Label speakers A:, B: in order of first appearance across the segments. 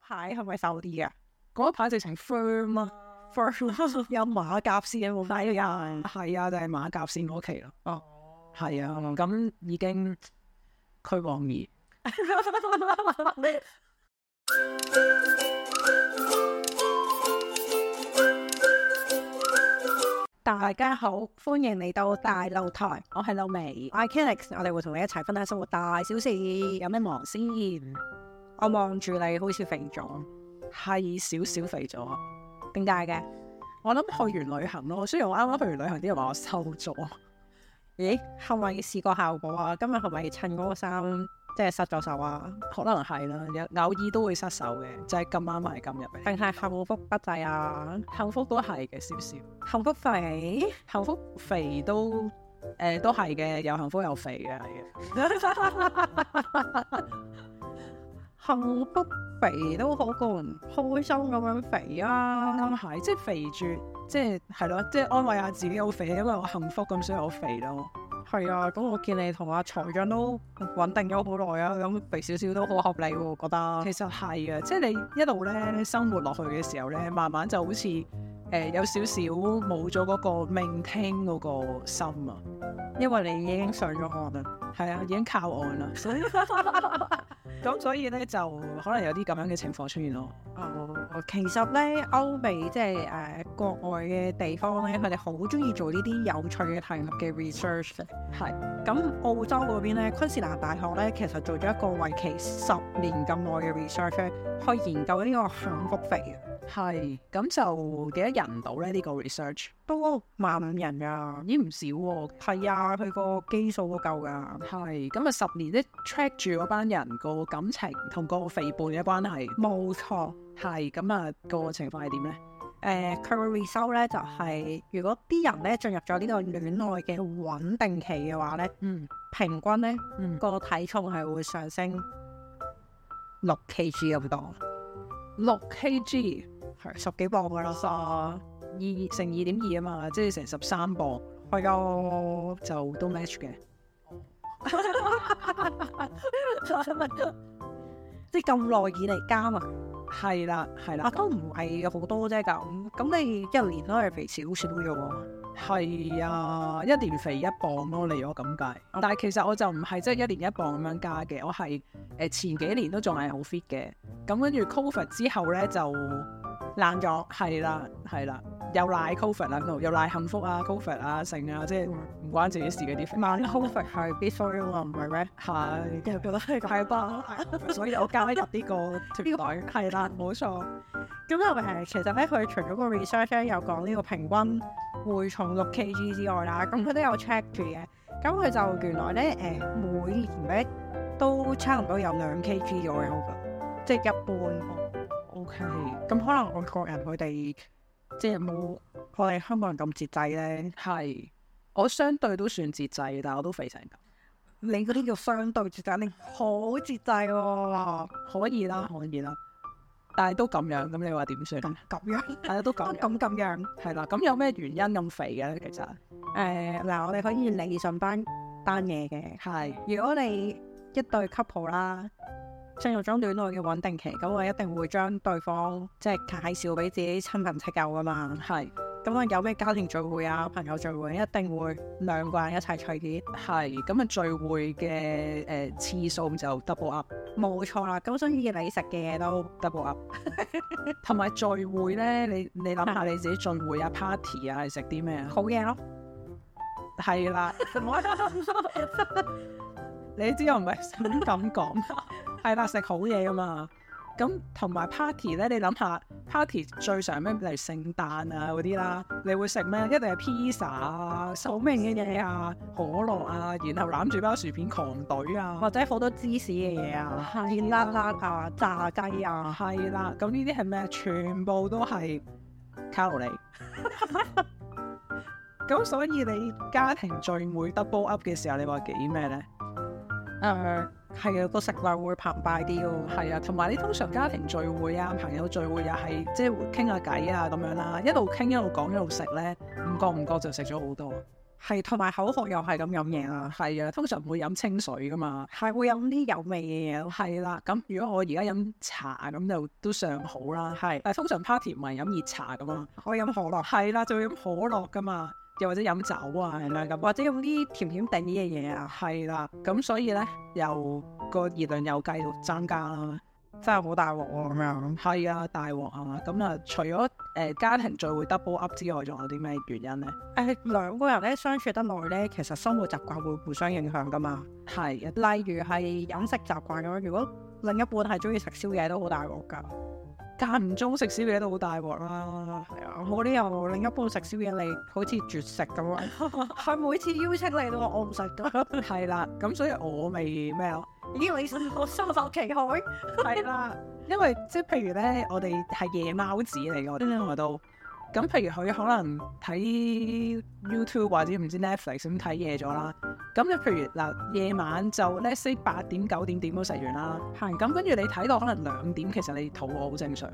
A: 排係咪瘦啲啊？嗰一排直情 firm 啊，firm
B: 有馬甲線有冇睇啊？
A: 係啊，就係馬甲線嗰期咯。哦，係啊，咁已經趨往 矣。
B: 大家好，歡迎嚟到大露台，我係露媚我係 Kenix，我哋會同你一齊分享生活大小事，有咩忙先？我望住你好似肥咗，
A: 係少少肥咗啊。
B: 點解嘅？
A: 我諗去完旅行咯，雖然我啱啱去完旅行，啲人話我瘦咗，
B: 咦，係咪試過效果啊？今日係咪襯嗰個衫即係失咗手啊？
A: 可能係啦，有偶爾都會失手嘅，就係咁啱係今日嘅。
B: 定係幸福不濟啊？
A: 幸福都係嘅，少少。
B: 幸福肥？
A: 幸福肥都誒、呃都係嘅，有幸福有肥嘅，係嘅。
B: 幸福肥都好過唔開心咁樣肥啊！
A: 啱係，即係肥住，即係係咯，即係安慰下自己好肥，因為我幸福咁，所以我肥咯。
B: 係啊，咁我見你同阿財長都穩定咗好耐啊，咁肥少少都好合理喎、覺得。
A: 其實係啊，即係你一路咧生活落去嘅時候咧，慢慢就好似誒、呃有少少冇咗嗰個 maintain 嗰個心啊，
B: 因為你已經上咗岸啦。
A: 係啊，已經靠岸啦，所以咁所以咧就可能有啲咁樣嘅情況出現咯。
B: 哦，其實咧歐美即係誒國外嘅地方咧，佢哋好中意做呢啲有趣嘅題目嘅 research 嘅。
A: 係
B: 咁澳洲嗰邊咧，昆士蘭大學咧其實做咗一個為期十年咁耐嘅 research 呢去研究呢個幸福肥啊嘅，
A: 係，咁就幾多人到咧？呢、個 research
B: 都萬五人㗎。
A: 咦唔少喎、
B: 係啊，佢個基數都夠㗎。
A: 係，咁啊十年即 track 住嗰班人個感情同個肥胖嘅關係，
B: 冇錯。
A: 係咁啊個情況係點咧？
B: 誒佢個 result 咧就係、如果啲人咧進入咗呢個戀愛嘅穩定期嘅話咧，
A: 嗯
B: 平均咧
A: 嗯，
B: 個體重係會上升六 kg 咁多，
A: 六 kg
B: 係十幾磅噶啦，
A: 二乘二點二啊嘛，即係成十三磅
B: 係啊，
A: 就都 match 嘅。
B: 即係咁耐以嚟加埋，
A: 係啦，係
B: 啊
A: 啦，
B: 都唔係好多啫咁，咁你一年都係肥少少啫喎，
A: 係啊，一年肥一磅咯，嚟我咁計。
B: 哦
A: 但係其實我就唔係即係一年一磅咁樣加嘅，我係誒、呃前幾年都仲係好 fit 嘅，咁跟住 covid 之後咧就
B: 爛咗，
A: 係啦，係啦，又賴 covid 啦，又賴幸福啊，covid 啊，剩啊，即係
B: 嗯
A: 唔關自己事嗰啲嗯肥。
B: 萬 cover 係必須㗎嘛，唔係咩？
A: 係
B: 又覺得啊係
A: 係 吧，所以我加入呢個
B: 呢
A: 團隊。
B: 個係啦，冇錯。咁啊誒，其實咧佢除咗個 research 咧有講呢個平均會重六 kg 之外啦，咁佢都有 check 住嘅。咁佢就原來咧誒、每年咧都差唔多有兩 kg 左右㗎，即係一半。
A: O K，
B: 咁可能外國人佢哋即係冇我哋香港人咁節制咧。
A: 係我相對都算節制，但我都肥成咁。
B: 你嗰啲叫相對節制，你好節制喎、
A: 可以啦，可以啦，但係都咁樣，咁你話點算？啊
B: 咁咁樣，
A: 係啦，都咁樣，
B: 咁咁樣。
A: 係啦，咁有咩原因咁肥嘅咧？其實
B: 誒嗱、我哋可以理順翻單嘢嘅。
A: 係
B: 如果你一對 couple 啦，進入咗戀愛嘅穩定期，咁我一定會將對方即係介紹俾自己親朋戚友噶嘛。
A: 係
B: 咁啊，有咩家庭聚會啊、朋友聚會，一定會兩個人一齊聚啲。
A: 係咁啊！聚會嘅誒、呃、次數就 double up
B: 冇錯啦。咁所以你食嘅嘢都
A: double up，同埋聚會咧，你你諗下你自己聚會啊 party 啊係食啲咩啊？
B: 好嘢咯。
A: 係啦，你知我唔係想咁講，係啦，食好嘢噶嘛。咁同埋 party 咧，你諗下 party 最常咩？例如聖誕啊嗰啲啦，你會食咩？一定係 pizza 啊、手明嘅嘢啊、可樂啊，然後攬住包薯片狂隊啊，
B: 或者好多芝士嘅嘢啊，
A: 係
B: 辣辣啊、炸雞啊，
A: 係啦。咁呢啲係咩？全部都係卡路里。咁所以你家庭聚會 double up 嘅時候，你話幾咩咧？
B: 誒係啊，個食量會澎湃啲咯。
A: 係啊，同埋你通常家庭聚會啊、朋友聚會又係即係會傾下偈啊咁樣啦，一路傾一路講一路食咧，唔覺唔覺就食咗好多。係同埋口渴又係咁飲嘢啦，係啊，通常唔會飲清水噶嘛。
B: 係會有啲有味嘅嘢咯。
A: 係啦，咁如果我而家飲茶咁就都尚好啦，係。但係通常 party 唔係飲熱茶噶嘛，
B: 我飲可樂，
A: 係啦，就會飲可樂噶嘛，又或者飲酒啊咁樣咁。
B: 或者飲啲甜甜地嘅嘢啊，
A: 係啦，咁所以咧又個熱量又繼續增加啦。
B: 真係好大鑊喎咁樣。
A: 係啊，大鑊啊！咁啊，除咗誒、呃家庭聚會 double up 之外，仲有啲咩原因咧？
B: 誒兩個人咧相處得耐咧，其實生活習慣會互相影響噶嘛。
A: 係啊，
B: 例如係飲食習慣咁樣，如果另一半係中意食宵夜都好大鑊㗎。
A: 間唔中食宵夜都好大鑊啦。
B: 係啊，我啲又另一半食宵夜，你好似絕食咁樣。佢每次邀請你都話我唔食㗎，
A: 係啦，咁所以我咪咩咯？
B: 咦你信我深受其害？
A: 係啦，因為即係譬如咧，我哋係夜貓子嚟嘅，我哋我都。咁譬如佢可能睇 YouTube 或者唔知 Netflix 咁睇夜咗啦，咁你譬如嗱夜晚就 let's say 八點九點點都食完啦，
B: 係
A: 咁跟住你睇到可能兩點，其實你肚餓好正常。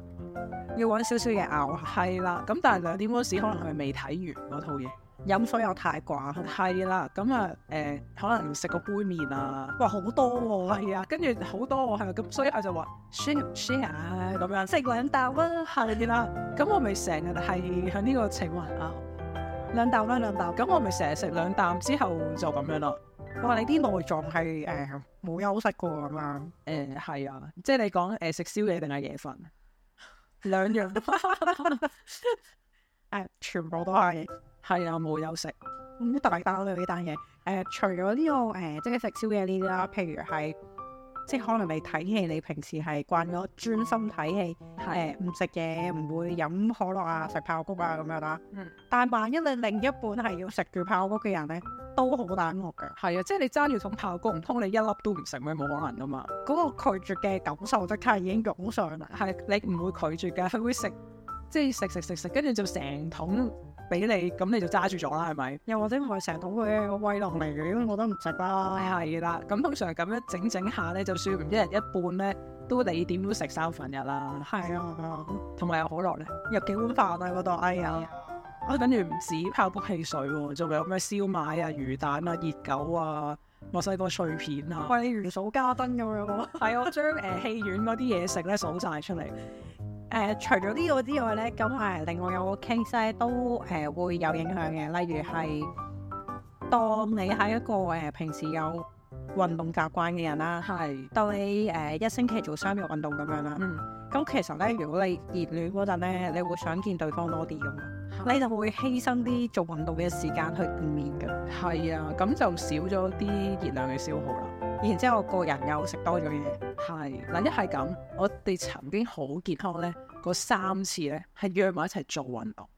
B: 要揾少少嘢咬下，
A: 係啦，咁但係兩點嗰時可能佢未睇完嗰套嘢，
B: 飲水又太寡。
A: 係啦，咁啊誒，可能食個杯麵啊，
B: 哇，好多喎、
A: 係啊，跟住好多我係咁，所以佢就話 share share 啊咁樣，
B: 食兩啖啦，
A: 係啦，咁我咪成日係喺呢個情況啊，
B: 兩啖啦，兩啖。
A: 咁我咪成日食兩啖之後就咁樣咯。
B: 哇，你啲內臟係誒冇休息過啊咁樣。
A: 誒係啊，即係你講誒食宵夜定係夜瞓兩樣，
B: 誒、全部都係
A: 係啊冇休息，
B: 咁大單啊啦呢單嘢。誒、除咗呢、個誒、即係食宵夜呢啲啦，譬如係即係可能你睇戲，你平時係慣咗專心睇戲，誒唔食嘢，唔會飲可樂啊、食爆谷啊咁樣啦。
A: 嗯。
B: 但係萬一你另一半係要食住爆谷嘅人咧，都好大惡㗎。
A: 係啊，即係你揸住桶炮谷，唔通你一粒都唔食咩？冇可能噶嘛。
B: 嗰、個拒絕嘅感受即刻已經湧上啦。
A: 係你唔會拒絕㗎，佢會食，即係食食食食，跟住就成桶俾你，咁你就揸住咗啦，係咪？
B: 又或者唔係成桶嘅威龍嚟嘅，咁我都唔食啦。
A: 係啦，咁通常咁樣整整下咧，就算唔一人一半咧，都你點都食三分一啦，
B: 係啊，
A: 同埋有可樂咧，
B: 有幾碗飯啊嗰度，哎呀，
A: 啊跟住唔止泡谷汽水喎，仲有咩燒賣啊、魚蛋啊、熱狗啊、墨西哥脆片啊，
B: 喂你如數家珍咁樣喎。
A: 係我將誒戲院嗰啲嘢食咧數晒出嚟，
B: 誒、除咗呢個之外咧，咁誒、另外有個 case 咧都誒、會有影響嘅，例如係當你係一個誒、平時有運動習慣嘅人啦，
A: 係，
B: 當你誒、呃一星期做三日運動咁樣啦，
A: 嗯，
B: 咁其實咧如果你熱戀嗰陣咧，你會想見對方多啲咁嘛，你就會犧牲啲做運動嘅時間去見面㗎。
A: 係啊，咁就少咗啲熱量嘅消耗啦。
B: 然之後個人又食多咗嘢，
A: 係嗱，一係咁，我哋曾經好健康咧，嗰三次咧係約埋一齊做運動。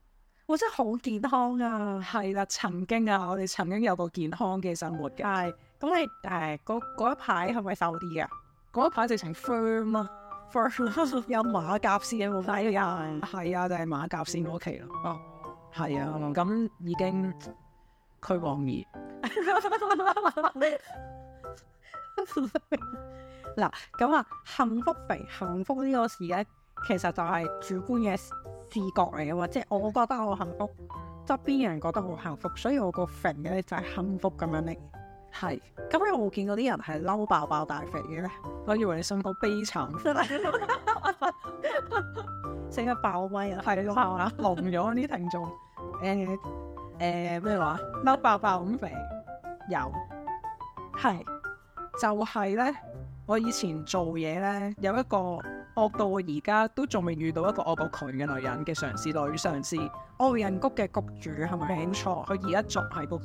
B: 我真係好健康啊！
A: 係啦，曾經啊，我哋曾經有個健康嘅生活嘅，
B: 係，咁你誒嗰嗰一排係咪瘦啲啊？
A: 嗰一排直情 firm 啊啦，firm
B: 有馬甲線啊冇睇㗎，
A: 係啊，就係馬甲線嗰期咯。
B: 哦，
A: 係啊，咁已經佢望兒
B: 嗱咁啊，幸福肥幸福呢個事咧，其實就係主觀嘅視覺嚟嘅嘛，即係我覺得我幸福，側邊人覺得我幸福，所以我個肥咧就係幸福咁樣嚟。
A: 係，
B: 咁你有冇見過啲人係嬲爆爆大肥嘅咧？
A: 我以為你想講悲慘，
B: 成日爆威啊！
A: 係咯，啦，聾咗啲聽眾。誒誒咩話？嬲爆爆咁肥，有。
B: 係
A: 就係咧，我以前做嘢咧，有一個惡到我而家都仲未遇到一個惡過佢嘅女人嘅上司女上司，
B: 愛人谷嘅谷主係咪？
A: 冇錯，佢而家仲係谷，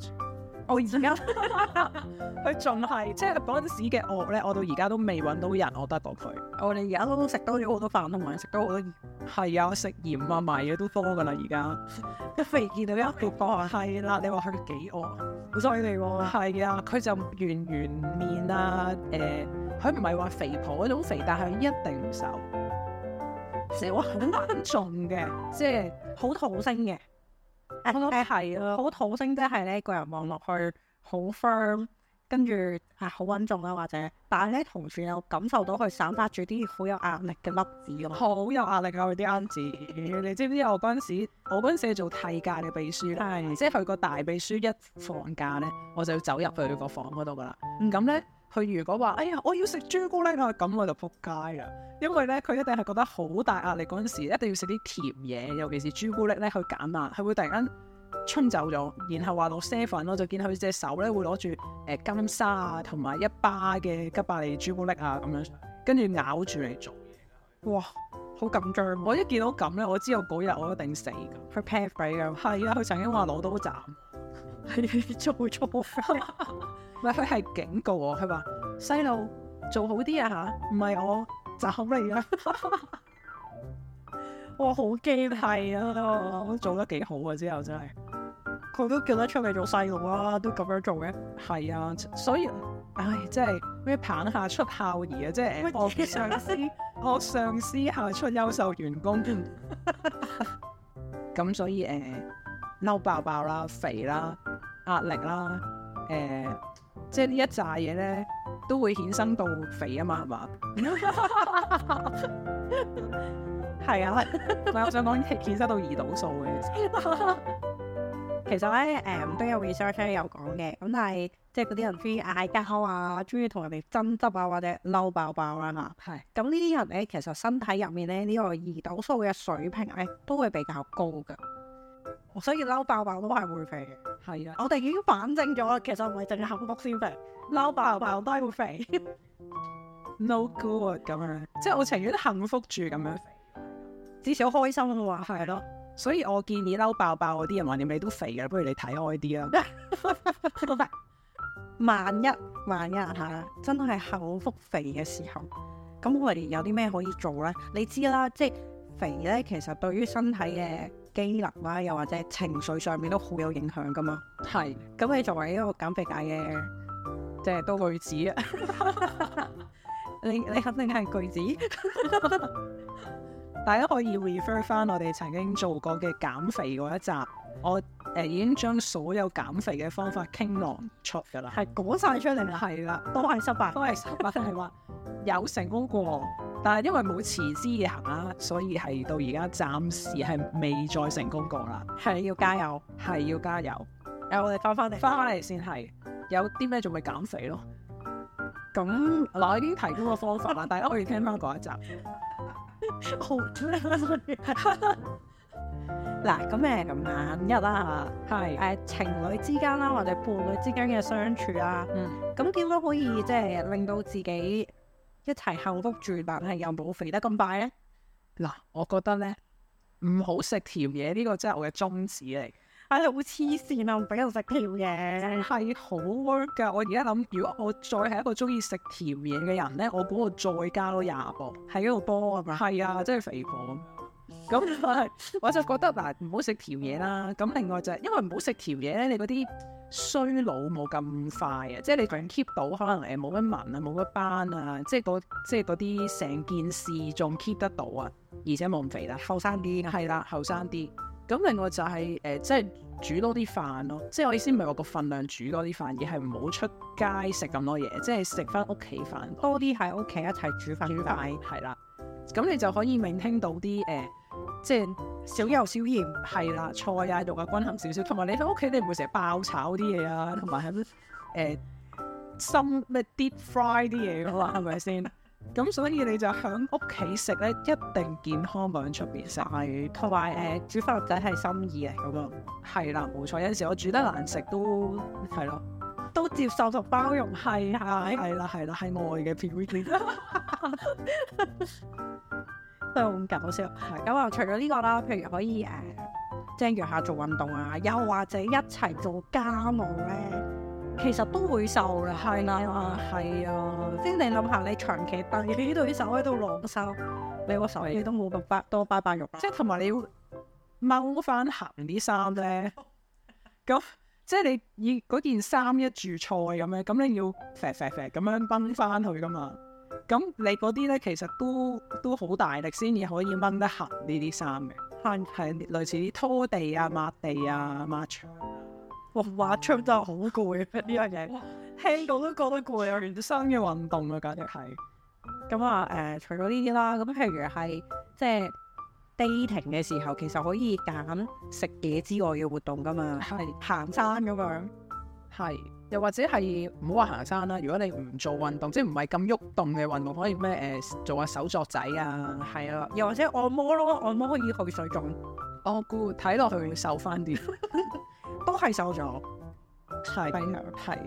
B: 我而家
A: 佢仲係即係嗰陣時嘅惡咧，我到而家啊都未揾到人惡得過佢。
B: 我哋而家都食多咗好多飯，同埋食多好多嘢
A: 係啊，我食鹽啊埋嘢都多噶啦，而家
B: 肥見到一條波啊，
A: 係啦，你話佢幾惡？
B: 好犀利喎！
A: 係啊，佢就圓圓面啊，誒、佢唔係話肥婆嗰種肥，但係佢一定唔瘦，
B: 成日話
A: 好穩重嘅，即係
B: 好土星嘅，
A: 我
B: 誒
A: 諗係啊。
B: 好土星即係咧個人望落去好 firm，誒、跟住啊好穩重啦，或者，但係咧同時又感受到佢散發住啲好有壓力嘅粒 子咁。
A: 好有壓力啊！佢啲啱字，你知唔知我嗰陣時，我嗰陣時係做替假嘅秘書啦，
B: 係
A: 即係佢個大秘書一放假咧，我就要走入去個房嗰度噶啦。嗯咁咧，佢如果話：哎呀，我要食朱古力啊！咁我就撲街啦，因為咧佢一定係覺得好大壓力嗰陣時，一定要食啲甜嘢，尤其是朱古力咧，佢減壓，佢會突然間衝走咗，然後話攞 seven 咯，就見佢隻手咧會攞住誒金沙啊，同埋一巴嘅吉百利朱古力啊咁樣，跟住咬住嚟做。
B: 哇，好緊張啊喎！
A: 我一見到咁咧，我知道嗰日我一定死㗎。
B: 佢 pair 俾咁，
A: 係啊，佢曾經話攞刀斬，
B: 係做錯嘅。
A: 唔係佢係警告我，佢話細路做好啲啊嚇，唔係我斬你啊！
B: 哇，好驚
A: 係
B: 係
A: 啊，
B: 啊！
A: 我做得幾好啊！之後真係
B: 佢都叫得出嚟做細路
A: 啊
B: 啦，都咁樣做嘅。
A: 係啊，所以唉，真係咩棒下出孝兒啊！即係惡上司，惡上司下出優秀員 工。咁所以誒嬲、爆爆啦，肥啦，壓力啦，誒、即係呢一紮嘢咧，都會衍生到肥啊嘛，係嘛？
B: 係啊。
A: 唔係，我想講衍生到胰島素嘅，
B: 其實咧，誒、都有 research 咧有講嘅，咁但係即係嗰啲人中意嗌交啊，中意同人哋爭執啊，或者嬲爆爆啦嘛。
A: 係
B: 咁呢啲人咧，其實身體入面咧呢、個胰島素嘅水平咧都會比較高嘅，所以嬲爆爆都係會肥嘅。
A: 係啊，
B: 我哋已經反證咗，其實唔係淨係幸福先肥，嬲爆爆都係會肥。
A: no good 咁樣，即係我情願幸福住咁樣。
B: 至少開心嘅話係咯，
A: 所以我建議嬲爆爆嗰啲人話你咪都肥嘅，不如你睇開啲啊啦。
B: 萬一萬一嚇真係幸福肥嘅時候，咁我哋有啲咩可以做咧？你知啦，即係肥咧，其實對於身體嘅機能啦，又或者情緒上面都好有影響噶嘛。
A: 係
B: 咁你作為一個減肥界嘅，
A: 即係都句子啊，
B: 你你肯定係巨子，
A: 大家可以 refer 翻我哋曾經做過嘅減肥嗰一集，我誒、呃已經將所有減肥嘅方法傾囊出㗎啦。
B: 係講晒出嚟啦，
A: 係啦，
B: 都係失敗。
A: 都係失敗，係話有成功過，但係因為冇持之以恆啦，所以係到而家暫時係未再成功過啦。
B: 係要加油，
A: 係要加油，
B: 誒我哋翻返嚟。
A: 翻返嚟先係有啲咩仲未減肥咯。
B: 咁
A: 嗱，我已經提供個方法啦，大家可以聽翻嗰一集。
B: 好嗱，咁誒萬一啦嚇，
A: 係，
B: 誒呃情侶之間啦，或者伴侶之間嘅相處啦。
A: 嗯，
B: 咁點樣可以即係令到自己一齊幸福住，但係又冇肥得咁快咧？
A: 嗱，我覺得咧唔好食甜嘢，呢、個真係我嘅宗旨嚟。
B: 唉、好黐線啊！唔俾人食甜嘢，
A: 係好 work 㗎，我而家諗，如果我再係一個中意食甜嘢嘅人咧，我估我再加多廿磅。
B: 喺嗰度波啊嘛。
A: 係啊，即係肥婆咁樣。 咁但係我就覺得嗱，唔好食甜嘢啦。咁另外就係、因為唔好食甜嘢咧，你嗰啲衰老冇咁快啊，即係你仲 keep 到可能誒冇乜紋啊，冇乜斑啊，即係嗰即係嗰啲成件事仲 keep 得到啊，而且冇咁肥啦。
B: 後生啲
A: 係啦，後生啲。咁另外就係、呃即係煮多啲飯咯。即係我意思唔係話個份量煮多啲飯，而係唔好出街食咁多嘢，即係食翻屋企飯。
B: 多啲喺屋企一齊煮飯
A: 煮
B: 煮
A: 飯
B: 飯，
A: 係啦，咁你就可以 maintain 到啲誒、呃即係
B: 少油少鹽，
A: 係啦，菜啊肉啊均衡少少，同埋你喺屋企你唔會成日爆炒啲嘢啊，同埋係誒深咩 deep fry 啲嘢噶嘛，係咪先？咁所以你就喺屋企食咧，一定健康過喺出邊食。係
B: 同埋誒煮飯仔係心意嚟咁咯，
A: 係啦，冇錯。有陣時我煮得難食都係咯，
B: 都接受同包容係係
A: 係啦係啦，係愛嘅 p r
B: 都好搞笑。咁啊，除咗呢個啦，譬如可以誒、呃即係約下做運動啊，又或者一齊做家務咧，其實都會瘦啦，係啦，係啊，即係你諗下，你長期扽起對手喺度浪瘦，你個手你都冇咁巴多巴巴肉啦，
A: 即係同埋你要掹翻行啲衫咧，咁即係你以嗰件衫一住菜咁樣，咁你要肥肥肥咁樣掹翻去噶嘛。咁你嗰啲咧其實都都好大力先至可以掹得行呢啲衫嘅，
B: 係
A: 係類似啲拖地啊、抹地啊、抹牆。
B: 哇，畫槍真係好攰啊！呢樣嘢，
A: 聽到都覺得攰啊！全身嘅運動啊，簡直係
B: 咁啊誒，除咗呢啲啦，咁譬如係即係 dating 嘅時候，其實可以揀食嘢之外嘅活動噶 嘛，
A: 係
B: 行山咁樣。
A: 係，又或者係唔好話行山啦。如果你唔做運動，即係唔係咁喐動嘅運動，可以咩誒、呃做下手作仔啊？
B: 係啦，又或者按摩咯，按摩可以去水腫，
A: 我哦估睇落去會瘦翻啲，
B: 都係瘦咗。
A: 係
B: 係啊
A: 係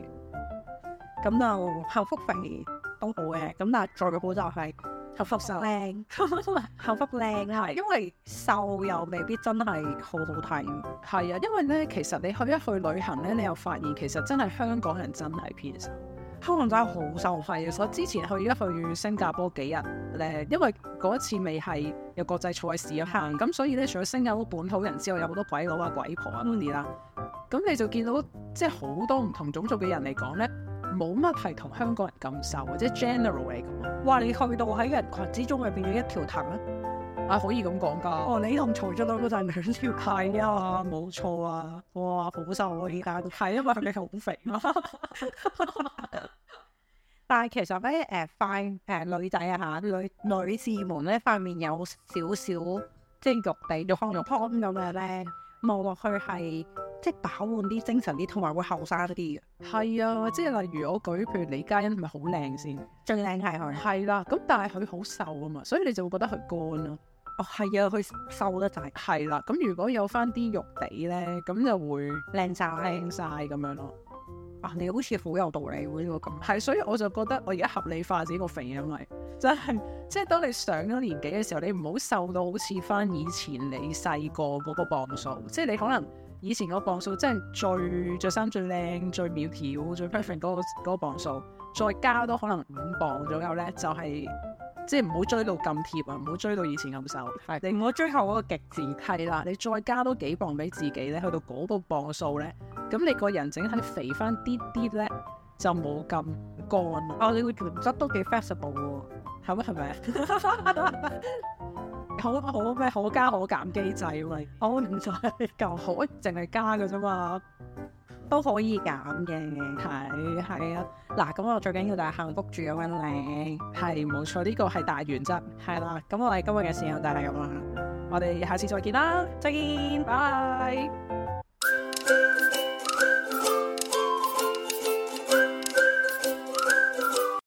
B: 咁就幸福肥都好嘅，咁但係最好就係
A: 合腹瘦，
B: 靚， 幸福靚啊啦，
A: 係
B: 因為瘦又未必真係好好睇。
A: 係啊，因為咧，其實你去一去旅行咧，你又發現其實真係香港人真係偏瘦。
B: 香港真係好瘦，
A: 就係我之前去咗去新加坡幾日咧，因為嗰一次未係有國際賽事啊嘛，咁所以咧除咗新加坡本土人之外，有好多鬼佬啊、鬼婆啊嗰啲啦，咁你就見到即係好多唔同種族嘅人嚟講咧，冇乜係同香港人咁瘦，或者 general 嚟講，
B: 哇！你去到喺人群之中，咪變咗一條藤啊！
A: 啊可以咁講㗎，
B: 哦，你同曹俊朗嗰陣兩條
A: 係啊，冇錯啊，
B: 哇，好瘦啊！而家都
A: 係因為佢哋好肥啊，
B: 但係其實咧，誒、塊誒、女仔啊嚇，女女士們咧塊面有少少即係肉地肉湯肉湯咁樣咧，望落去係即係飽滿啲、精神啲，同埋會後生啲嘅。
A: 係啊，即係例如我舉譬如李嘉欣係咪好靚先？
B: 最靚係佢，
A: 係啦，咁但係佢好瘦啊嘛，所以你就會覺得佢乾咯。
B: 哦係啊，佢瘦得滯，
A: 係啦，咁如果有翻啲肉地咧，咁就會
B: 靚晒
A: 靚晒咁樣咯。
B: 啊！你好似好有道理喎呢個咁。
A: 係，所以我就覺得我而家合理化自己個肥，因為真係即係當你上咗年紀嘅時候，你唔好瘦到好似翻以前你細個嗰個磅數，即係你可能以前個磅數真係最着衫最靚、最苗條、最 perfect 嗰、個嗰個磅數，再加多可能五磅左右咧，就係、即係唔好追到咁貼啊，唔好追到以前咁瘦。
B: 係，你我追求嗰個極致。
A: 係啦，你再加多幾磅俾自己咧，去到嗰個磅數咧，咁你個人整體肥翻啲啲咧，就冇咁乾啦，
B: 啊！你個原則都幾 flexible 喎。
A: 係咪？係咪？好好咩？可加可減機制啊嘛，
B: 我唔再
A: 夠可淨係加嘅啫嘛，
B: 都可以減嘅。
A: 係係啊，
B: 嗱，咁我最緊要就係幸福住咁啊樣靚。
A: 係冇錯，呢個係大原則，
B: 係啦，咁我哋今日嘅時候就係咁啦，
A: 我哋下次再見啦，
B: 再見。
A: 拜。